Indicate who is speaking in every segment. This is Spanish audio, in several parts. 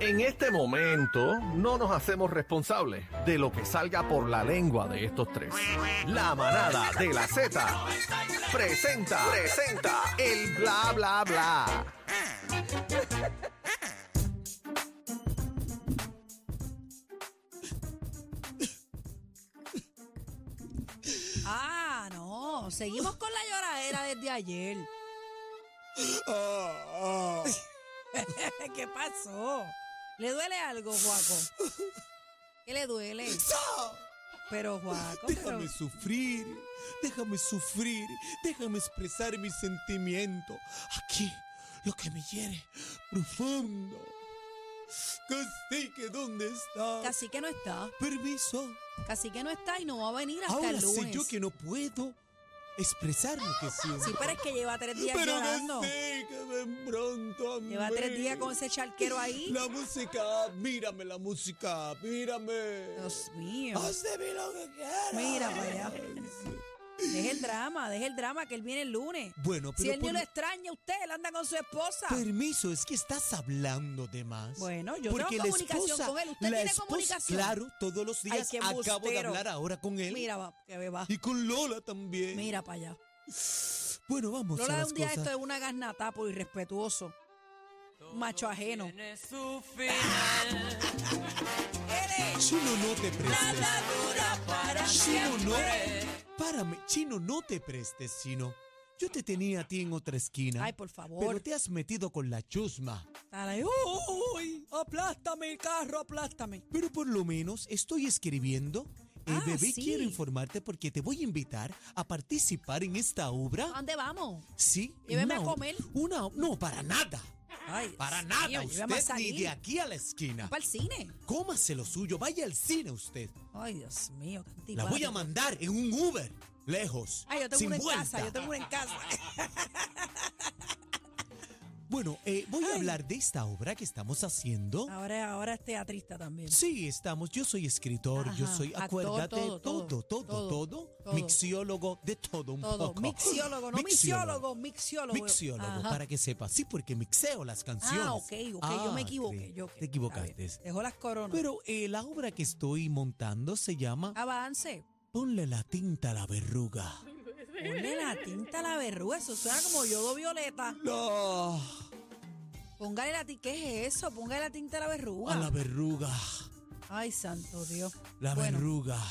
Speaker 1: En este momento no nos hacemos responsables de lo que salga por la lengua de estos tres. La manada de la Z presenta, presenta el bla bla bla.
Speaker 2: Ah, no. Seguimos con la lloradera desde ayer.
Speaker 3: Ah,
Speaker 2: ¿Qué pasó? ¿Le duele algo, Juaco? ¿Qué le duele? Pero, Juaco, pero...
Speaker 3: Déjame sufrir, déjame sufrir, déjame expresar mis sentimientos. Aquí lo que me hiere profundo. Cacique, ¿dónde está?
Speaker 2: Casi que no está.
Speaker 3: Permiso.
Speaker 2: Casi que no está y no va a venir hasta
Speaker 3: Ahora
Speaker 2: el lunes.
Speaker 3: sé yo que no puedo expresar lo que siento.
Speaker 2: Sí, pero es que lleva tres días
Speaker 3: pero
Speaker 2: llorando.
Speaker 3: ven pronto,
Speaker 2: Lleva tres días con
Speaker 3: amén.
Speaker 2: ese charquero ahí.
Speaker 3: La música, mírame la música, mírame.
Speaker 2: Dios mío.
Speaker 3: Haz de mí lo que quieras.
Speaker 2: Mira para allá. Deja el drama, deja el drama que él viene el lunes.
Speaker 3: Bueno, pero
Speaker 2: si él no
Speaker 3: por-
Speaker 2: lo extraña a usted, él anda con su esposa.
Speaker 3: Permiso, es que estás hablando de más.
Speaker 2: Bueno, yo
Speaker 3: Porque
Speaker 2: tengo
Speaker 3: la
Speaker 2: comunicación
Speaker 3: esposa-
Speaker 2: con él. ¿Usted
Speaker 3: la
Speaker 2: tiene
Speaker 3: esposa-
Speaker 2: comunicación?
Speaker 3: Claro, todos los
Speaker 2: Ay,
Speaker 3: días
Speaker 2: qué
Speaker 3: acabo de
Speaker 2: embustero.
Speaker 3: hablar ahora con él.
Speaker 2: Mira, va, que me va.
Speaker 3: Y con Lola también.
Speaker 2: Mira para allá.
Speaker 3: Bueno, vamos a
Speaker 2: Lola de
Speaker 3: las
Speaker 2: un día
Speaker 3: cosas.
Speaker 2: esto es una gasnata por irrespetuoso. Un Macho ajeno. Eres
Speaker 3: Chino, no te prestes.
Speaker 2: la dura para
Speaker 3: Chino, no.
Speaker 2: siempre.
Speaker 3: Párame, Chino, no te prestes, Chino. Yo te tenía a ti en otra esquina.
Speaker 2: Ay, por
Speaker 3: Pero
Speaker 2: favor.
Speaker 3: te has metido con la chusma.
Speaker 2: Dale, uy, aplástame el carro, aplástame.
Speaker 3: Pero por lo menos estoy escribiendo. El
Speaker 2: Ah,
Speaker 3: bebé
Speaker 2: sí.
Speaker 3: quiero informarte porque te voy a invitar a participar en esta
Speaker 2: ¿A
Speaker 3: obra.
Speaker 2: dónde vamos?
Speaker 3: Sí.
Speaker 2: Lléveme a
Speaker 3: una obra-
Speaker 2: comer.
Speaker 3: Una, o- no, para nada.
Speaker 2: Ay,
Speaker 3: Para
Speaker 2: Dios
Speaker 3: nada.
Speaker 2: mío, llévame a
Speaker 3: usted ni
Speaker 2: salir.
Speaker 3: de aquí a la esquina.
Speaker 2: Para el cine.
Speaker 3: Cómase lo suyo. Vaya al cine usted.
Speaker 2: Ay, Dios mío, qué
Speaker 3: La voy a
Speaker 2: antipático.
Speaker 3: mandar en un Uber. Lejos.
Speaker 2: Ay, yo tengo
Speaker 3: sin
Speaker 2: una en
Speaker 3: vuelta.
Speaker 2: casa, yo tengo una en casa.
Speaker 3: Bueno, eh, voy a
Speaker 2: Ay. Ah.
Speaker 3: hablar de esta obra que estamos haciendo.
Speaker 2: Ahora, ahora es teatrista también.
Speaker 3: Sí, estamos. Yo soy escritor, yo
Speaker 2: Ajá,
Speaker 3: soy,
Speaker 2: actor,
Speaker 3: acuérdate,
Speaker 2: todo, todo,
Speaker 3: todo, todo, todo,
Speaker 2: todo, todo.
Speaker 3: mixiólogo, de todo un
Speaker 2: Todo,
Speaker 3: poco.
Speaker 2: mixiólogo, no mixiólogo, mixiólogo.
Speaker 3: Mixiólogo,
Speaker 2: Ajá.
Speaker 3: para que sepas. Sí, porque mixeo las canciones.
Speaker 2: Ah, ok, ok, yo me
Speaker 3: Ah,
Speaker 2: equivoqué.
Speaker 3: cre-
Speaker 2: Yo, ok,
Speaker 3: Te equivocaste.
Speaker 2: está bien. Ah. Dejó las coronas.
Speaker 3: Pero eh, la obra que estoy montando se llama
Speaker 2: Avance.
Speaker 3: Ponle la tinta a la verruga.
Speaker 2: Ponle la tinta a la verruga, eso suena como yodo violeta.
Speaker 3: No,
Speaker 2: Póngale la tinta, ¿qué es eso? Póngale la tinta a la verruga.
Speaker 3: a la verruga,
Speaker 2: Ay, santo Dios.
Speaker 3: la
Speaker 2: Bueno.
Speaker 3: verruga.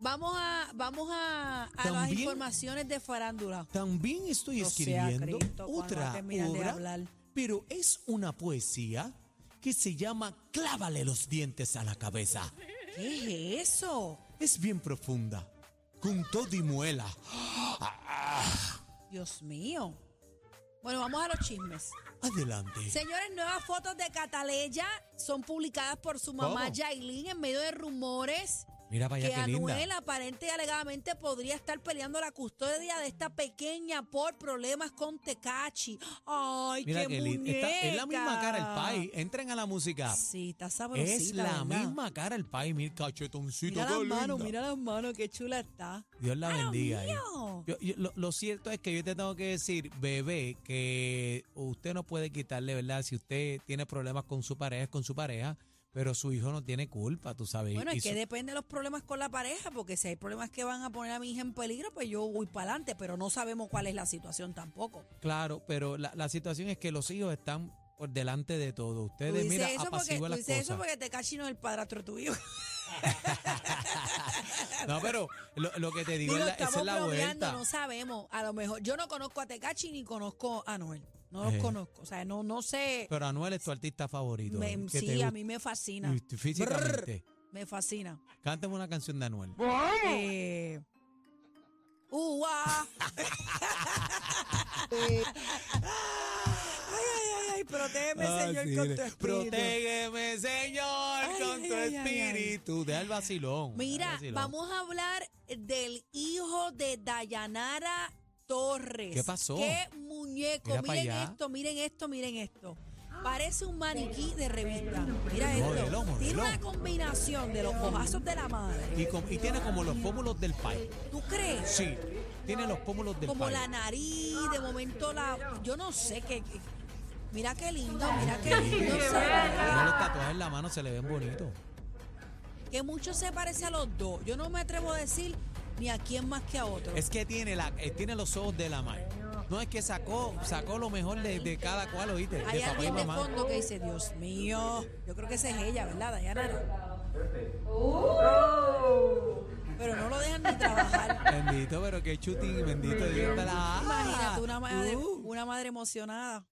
Speaker 2: Vamos a, vamos a, a las
Speaker 3: También-
Speaker 2: informaciones de farándula.
Speaker 3: También estoy
Speaker 2: No sea,
Speaker 3: escribiendo
Speaker 2: Cristo, cuando va a
Speaker 3: otra
Speaker 2: terminar de
Speaker 3: obra,
Speaker 2: hablar.
Speaker 3: pero es una poesía que se llama Clávale los dientes a la cabeza.
Speaker 2: ¿Qué es eso?
Speaker 3: Es bien profunda, con todo y muela.
Speaker 2: Dios mío. Bueno, vamos a los chismes.
Speaker 3: Adelante.
Speaker 2: Señores, nuevas fotos de Cataleya son publicadas por su mamá
Speaker 3: ¿Cómo?
Speaker 2: Yailin en medio de rumores
Speaker 3: Mira, vaya
Speaker 2: que
Speaker 3: qué linda.
Speaker 2: Anuel aparente y alegadamente podría estar peleando la custodia de esta pequeña por problemas con Tecachi. Ay,
Speaker 3: Mira
Speaker 2: qué,
Speaker 3: qué linda.
Speaker 2: muñeca.
Speaker 3: Está- Es la misma cara el pai. Entren a la música.
Speaker 2: Sí, está sabrosita,
Speaker 3: Es la
Speaker 2: ¿verdad?
Speaker 3: misma cara el pai. Mira, cachetoncito.
Speaker 2: Mira
Speaker 3: qué
Speaker 2: las
Speaker 3: linda.
Speaker 2: manos, mira las manos, qué chula está.
Speaker 3: Dios la bendiga. eh.
Speaker 2: Mío.
Speaker 3: Yo- yo- lo, lo cierto es que yo te tengo que decir, bebé, que usted no puede quitarle, ¿verdad? Si usted tiene problemas con su pareja, es con su pareja, pero su hijo no tiene culpa, tú sabes.
Speaker 2: Bueno,
Speaker 3: Y
Speaker 2: es que
Speaker 3: su-
Speaker 2: depende de los problemas con la pareja, porque si hay problemas que van a poner a mi hija en peligro, pues yo voy para adelante, pero no sabemos cuál es la situación tampoco.
Speaker 3: Claro, pero la, la situación es que los hijos están por delante de todo.
Speaker 2: Tú
Speaker 3: Ustedes,
Speaker 2: dices,
Speaker 3: mira,
Speaker 2: eso, porque, tú
Speaker 3: apacigua las
Speaker 2: dices eso
Speaker 3: cosas.
Speaker 2: porque te cachino el padrastro tuyo.
Speaker 3: No, pero lo, lo que te digo,
Speaker 2: Digo,
Speaker 3: es la, esa
Speaker 2: estamos
Speaker 3: es la
Speaker 2: bromeando,
Speaker 3: vuelta.
Speaker 2: no sabemos. A lo mejor yo no conozco a Tecachi ni conozco a Noel. No los
Speaker 3: Eh.
Speaker 2: conozco. O sea, no, no sé.
Speaker 3: Pero Anuel es tu artista favorito.
Speaker 2: Me-
Speaker 3: ¿eh? Que te
Speaker 2: sí, a
Speaker 3: gusta. Mm.
Speaker 2: mí me fascina.
Speaker 3: Y Físicamente.
Speaker 2: Me fascina.
Speaker 3: Cántame una canción de Anuel.
Speaker 2: Eh, ¡Uva! ay, ay, ay, ay, protégeme,
Speaker 3: Ah,
Speaker 2: Señor,
Speaker 3: sí,
Speaker 2: con
Speaker 3: le-
Speaker 2: tu espíritu.
Speaker 3: Protégeme, Señor,
Speaker 2: Ay,
Speaker 3: con
Speaker 2: ay,
Speaker 3: tu
Speaker 2: ay, ay, ay.
Speaker 3: espíritu. Deja el vacilón. deja
Speaker 2: Mira,
Speaker 3: el vacilón.
Speaker 2: vamos a hablar del hijo de Dayanara Torres.
Speaker 3: ¿Qué pasó?
Speaker 2: Qué muñeco.
Speaker 3: Mira pa'
Speaker 2: miren
Speaker 3: allá.
Speaker 2: esto, miren esto, miren esto. Parece un maniquí de revista. Mira esto.
Speaker 3: Modelo,
Speaker 2: Tiene
Speaker 3: modelo.
Speaker 2: una combinación de los ojazos de la madre.
Speaker 3: Y, com- y tiene como los pómulos del pai.
Speaker 2: ¿Tú crees?
Speaker 3: Sí, tiene los pómulos del
Speaker 2: Como
Speaker 3: pai.
Speaker 2: la nariz, de momento la. Yo no sé qué. qué- Mira qué lindo, mira qué lindo. se ve.
Speaker 3: Mira los tatuajes en la mano se le ven bonitos.
Speaker 2: Que mucho se parece a los dos. Yo no me atrevo a decir ni a quién más que a otro.
Speaker 3: Es que tiene, la, eh, tiene los ojos de la mar. No es que sacó, sacó lo mejor de, de cada cual, oíste, de
Speaker 2: Hay
Speaker 3: papá y
Speaker 2: alguien de
Speaker 3: mamá.
Speaker 2: fondo que dice, Dios mío, yo creo que esa es ella, ¿verdad, Dayanara? Pero no lo dejan ni trabajar.
Speaker 3: Bendito, pero qué chutín, bendito Dios te la
Speaker 2: Imagínate una madre,
Speaker 3: Uh.
Speaker 2: una madre emocionada.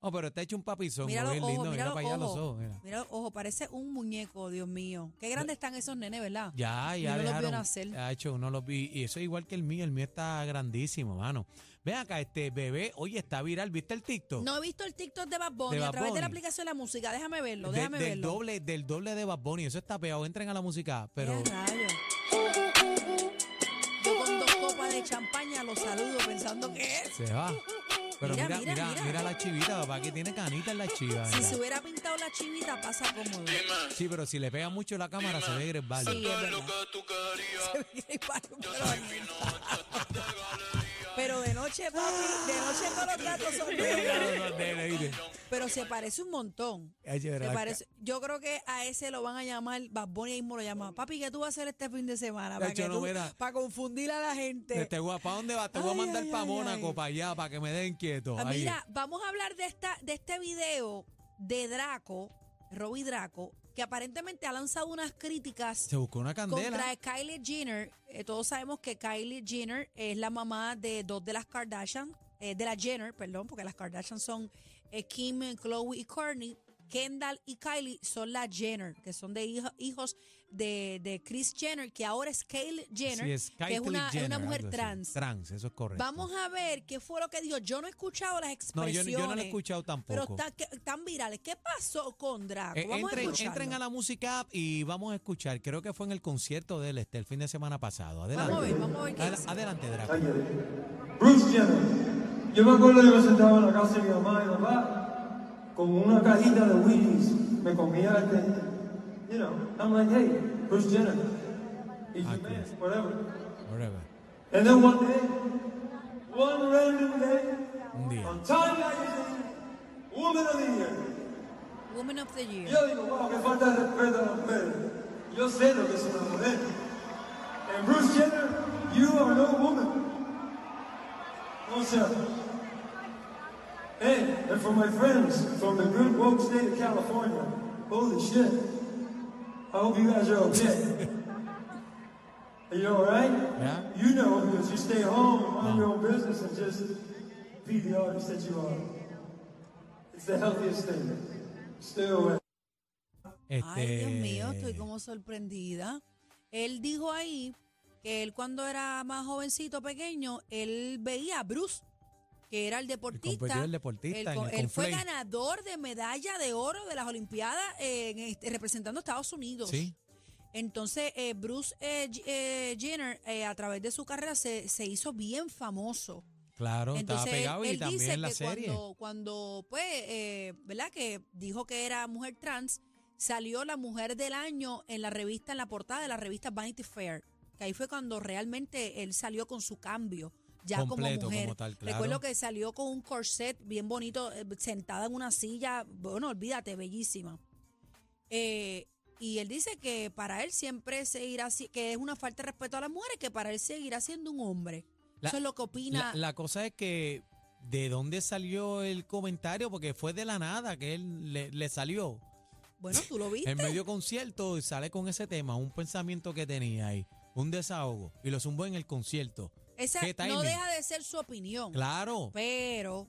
Speaker 3: Oh, pero está hecho un papizón,
Speaker 2: Mira los
Speaker 3: bien
Speaker 2: ojos,
Speaker 3: lindo,
Speaker 2: mira los
Speaker 3: para allá los
Speaker 2: ojos.
Speaker 3: ojos. mira.
Speaker 2: Mira los ojos, parece un muñeco, Dios mío. Qué grandes están esos nenes, ¿verdad?
Speaker 3: Ya,
Speaker 2: Yo
Speaker 3: ya
Speaker 2: no los vio
Speaker 3: dejaron.
Speaker 2: nacer.
Speaker 3: Ha hecho, no los vi. Y eso es igual que el mío. El mío está grandísimo, mano. Ven acá, este bebé, oye, está viral. ¿Viste el TikTok?
Speaker 2: No he visto el TikTok de Bad Bunny
Speaker 3: De
Speaker 2: a
Speaker 3: Bad
Speaker 2: través de la
Speaker 3: Bunny.
Speaker 2: aplicación de la música. Déjame verlo,
Speaker 3: De-
Speaker 2: déjame
Speaker 3: del
Speaker 2: verlo.
Speaker 3: doble, del doble de Bad Bunny. Eso está pegado. Entren a la música. Pero
Speaker 2: Mira, rayos. Yo con dos copas de champaña los saludo pensando que es.
Speaker 3: se va. Pero
Speaker 2: Mira,
Speaker 3: mira, mira,
Speaker 2: mira,
Speaker 3: mira,
Speaker 2: mira.
Speaker 3: la chivita, papá, que tiene canita en la chiva.
Speaker 2: Si
Speaker 3: mira.
Speaker 2: se hubiera pintado la chivita, pasa cómodo.
Speaker 3: Sí, pero si le pega mucho la cámara, se ve gresbal.
Speaker 2: Sí, es verdad. Se ve que hay varios, pero de noche. Pero de noche, papi, de noche todos los datos son míos. Pero se parece un montón. Se parece, yo creo que a ese lo van a llamar, Bad Bunny mismo lo llama. Papi, ¿qué tú vas a hacer este fin de semana? Para,
Speaker 3: Nacho,
Speaker 2: que
Speaker 3: no,
Speaker 2: tú-
Speaker 3: mira.
Speaker 2: para confundir a la gente.
Speaker 3: Este guapa, ¿a dónde vas? Te voy a
Speaker 2: Ay,
Speaker 3: mandar
Speaker 2: ay,
Speaker 3: para
Speaker 2: ay, ay.
Speaker 3: Mónaco, para allá, para que me den quieto.
Speaker 2: Ah,
Speaker 3: ahí.
Speaker 2: mira, vamos a hablar de esta, de este video de Draco, Robbie Draco, que aparentemente ha lanzado unas críticas
Speaker 3: Se buscó una candela.
Speaker 2: contra Kylie Jenner. Eh, todos sabemos que Kylie Jenner es la mamá de dos de las Kardashian, eh, de la Jenner, perdón, porque las Kardashian son eh, Kim, Chloe y Kourtney. Kendall y Kylie son la Jenner, que son de hijo- hijos de, de Chris Jenner, que ahora es Kylie Jenner,
Speaker 3: Sí, es
Speaker 2: que es
Speaker 3: Kylie
Speaker 2: una, es una
Speaker 3: Jenner,
Speaker 2: mujer
Speaker 3: algo así.
Speaker 2: trans.
Speaker 3: Trans, eso es correcto.
Speaker 2: Vamos a ver qué fue lo que dijo. Yo no he escuchado las
Speaker 3: No,
Speaker 2: expresiones.
Speaker 3: yo, yo no lo he escuchado
Speaker 2: Pero
Speaker 3: tampoco.
Speaker 2: está- que- tan virales. ¿Qué pasó con Draco?
Speaker 3: Eh,
Speaker 2: Vamos a
Speaker 3: entren,
Speaker 2: escucharlo.
Speaker 3: entren a la música app y vamos a escuchar. Creo que fue en el concierto de él este, el fin de semana pasado. Adelante.
Speaker 2: Vamos a ver, vamos a ver qué
Speaker 3: Adela-
Speaker 2: dice.
Speaker 3: Adelante, Draco.
Speaker 4: Cállate. Bruce Jenner. Yo me acuerdo que me sentaba en la casa de mi mamá y papá con una cajita de Wheaties. Me comía este, you know, I'm like, hey, Bruce Jenner. He's
Speaker 3: Ah,
Speaker 4: your man, whatever.
Speaker 3: Whatever.
Speaker 4: And then one day, one random day,
Speaker 3: Un día.
Speaker 4: on Time Magazine, Woman of the Year.
Speaker 2: Woman of the Year.
Speaker 4: Yo digo, wow, qué falta de respeto a las mujeres. Yo sé lo que es una mujer. And Bruce Jenner, you are no woman. O sea, hey, and for my friends from the good woke state of California, holy shit. I hope you guys are okay. Are you alright?
Speaker 3: Yeah.
Speaker 4: You know, because you stay home, mind your own business, and just be the artist that you are. It's the healthiest thing. Stay away.
Speaker 3: Este,
Speaker 2: Ay, Dios mío, estoy como sorprendida. Él dijo ahí que él cuando era más jovencito, pequeño, él veía a Bruce, que era el deportista.
Speaker 3: competidor deportista
Speaker 2: Él
Speaker 3: en
Speaker 2: co-
Speaker 3: el
Speaker 2: él fue
Speaker 3: conflate.
Speaker 2: ganador de medalla de oro de las Olimpiadas eh, en este- representando a Estados Unidos.
Speaker 3: Sí.
Speaker 2: Entonces, eh, Bruce eh, J- eh, Jenner, eh, a través de su carrera, se, se hizo bien famoso.
Speaker 3: Claro, estaba
Speaker 2: Entonces, él-
Speaker 3: pegado
Speaker 2: él,
Speaker 3: y también
Speaker 2: dice
Speaker 3: en la
Speaker 2: que
Speaker 3: serie.
Speaker 2: Cuando, cuando, pues, eh, ¿verdad? Que dijo que era mujer trans, salió la mujer del año en la revista, en la portada de la revista Vanity Fair. Que ahí fue cuando realmente él salió con su cambio, ya
Speaker 3: Completo,
Speaker 2: como mujer.
Speaker 3: como tal, claro.
Speaker 2: Recuerdo que salió con un corset bien bonito, eh, sentada en una silla, bueno, olvídate, bellísima. Eh, y él dice que para él siempre seguirá, si- que es una falta de respeto a las mujeres, que para él seguirá siendo un hombre.
Speaker 3: La-
Speaker 2: Eso es lo que opina.
Speaker 3: La, la cosa es que, ¿de dónde salió el comentario? Porque fue de la nada que él le, le salió.
Speaker 2: bueno, tú lo viste.
Speaker 3: En medio concierto y sale con ese tema, un pensamiento que tenía ahí, un desahogo, y lo zumbó en el concierto.
Speaker 2: Esa
Speaker 3: ¿Qué
Speaker 2: no
Speaker 3: timing?
Speaker 2: deja de ser su opinión.
Speaker 3: Claro,
Speaker 2: Pero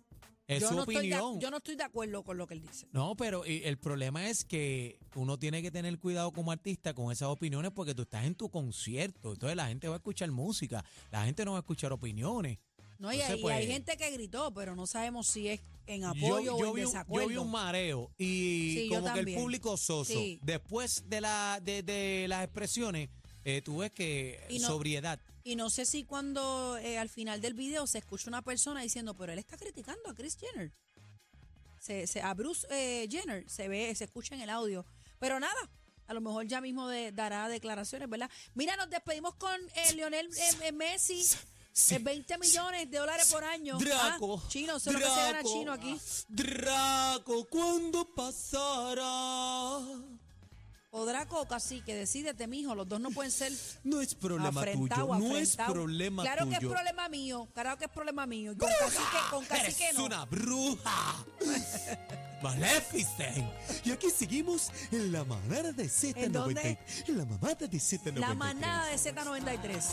Speaker 3: es
Speaker 2: yo,
Speaker 3: su
Speaker 2: no estoy de,
Speaker 3: opinión.
Speaker 2: yo no estoy de acuerdo con lo que él dice.
Speaker 3: No, pero eh, el problema es que uno tiene que tener cuidado como artista con esas opiniones porque tú estás en tu concierto, entonces la gente va a escuchar música, la gente no va a escuchar opiniones.
Speaker 2: No, y,
Speaker 3: Entonces,
Speaker 2: hay- y
Speaker 3: pues,
Speaker 2: hay gente que gritó, pero no sabemos si es en apoyo o en
Speaker 3: vi un- yo
Speaker 2: desacuerdo.
Speaker 3: vi un mareo y
Speaker 2: Sí, yo
Speaker 3: como que el
Speaker 2: también.
Speaker 3: público soso.
Speaker 2: Sí.
Speaker 3: Después de, la, de, de las expresiones, eh, tú ves que
Speaker 2: Y no-
Speaker 3: sobriedad.
Speaker 2: y no sé si cuando eh, al final del video se escucha una persona diciendo, pero él está criticando a Chris Jenner. Se, se- a Bruce eh, Jenner se ve, se escucha en el audio. Pero nada, a lo mejor ya mismo de- dará declaraciones, ¿verdad? Mira, nos despedimos con eh, Lionel eh, eh, Messi.
Speaker 3: Sí.
Speaker 2: eh, 20 millones de dólares por año.
Speaker 3: Draco.
Speaker 2: Ah, chino, eso es lo que se gana
Speaker 3: Draco,
Speaker 2: chino aquí.
Speaker 3: Draco, ¿cuándo pasará?
Speaker 2: podrá coca, sí, que decídete, mijo, los dos no pueden ser
Speaker 3: No es problema
Speaker 2: afrentado,
Speaker 3: tuyo. No es
Speaker 2: afrentado.
Speaker 3: problema
Speaker 2: claro
Speaker 3: tuyo.
Speaker 2: que es problema mío, claro que es problema mío. Y Con cacique, con cacique
Speaker 3: ¡Eres
Speaker 2: no.
Speaker 3: una bruja! Maleficent. Y aquí seguimos en la manada de Z90.
Speaker 2: ¿En dónde?
Speaker 3: En la manada de Z90.
Speaker 2: La manada de Z93.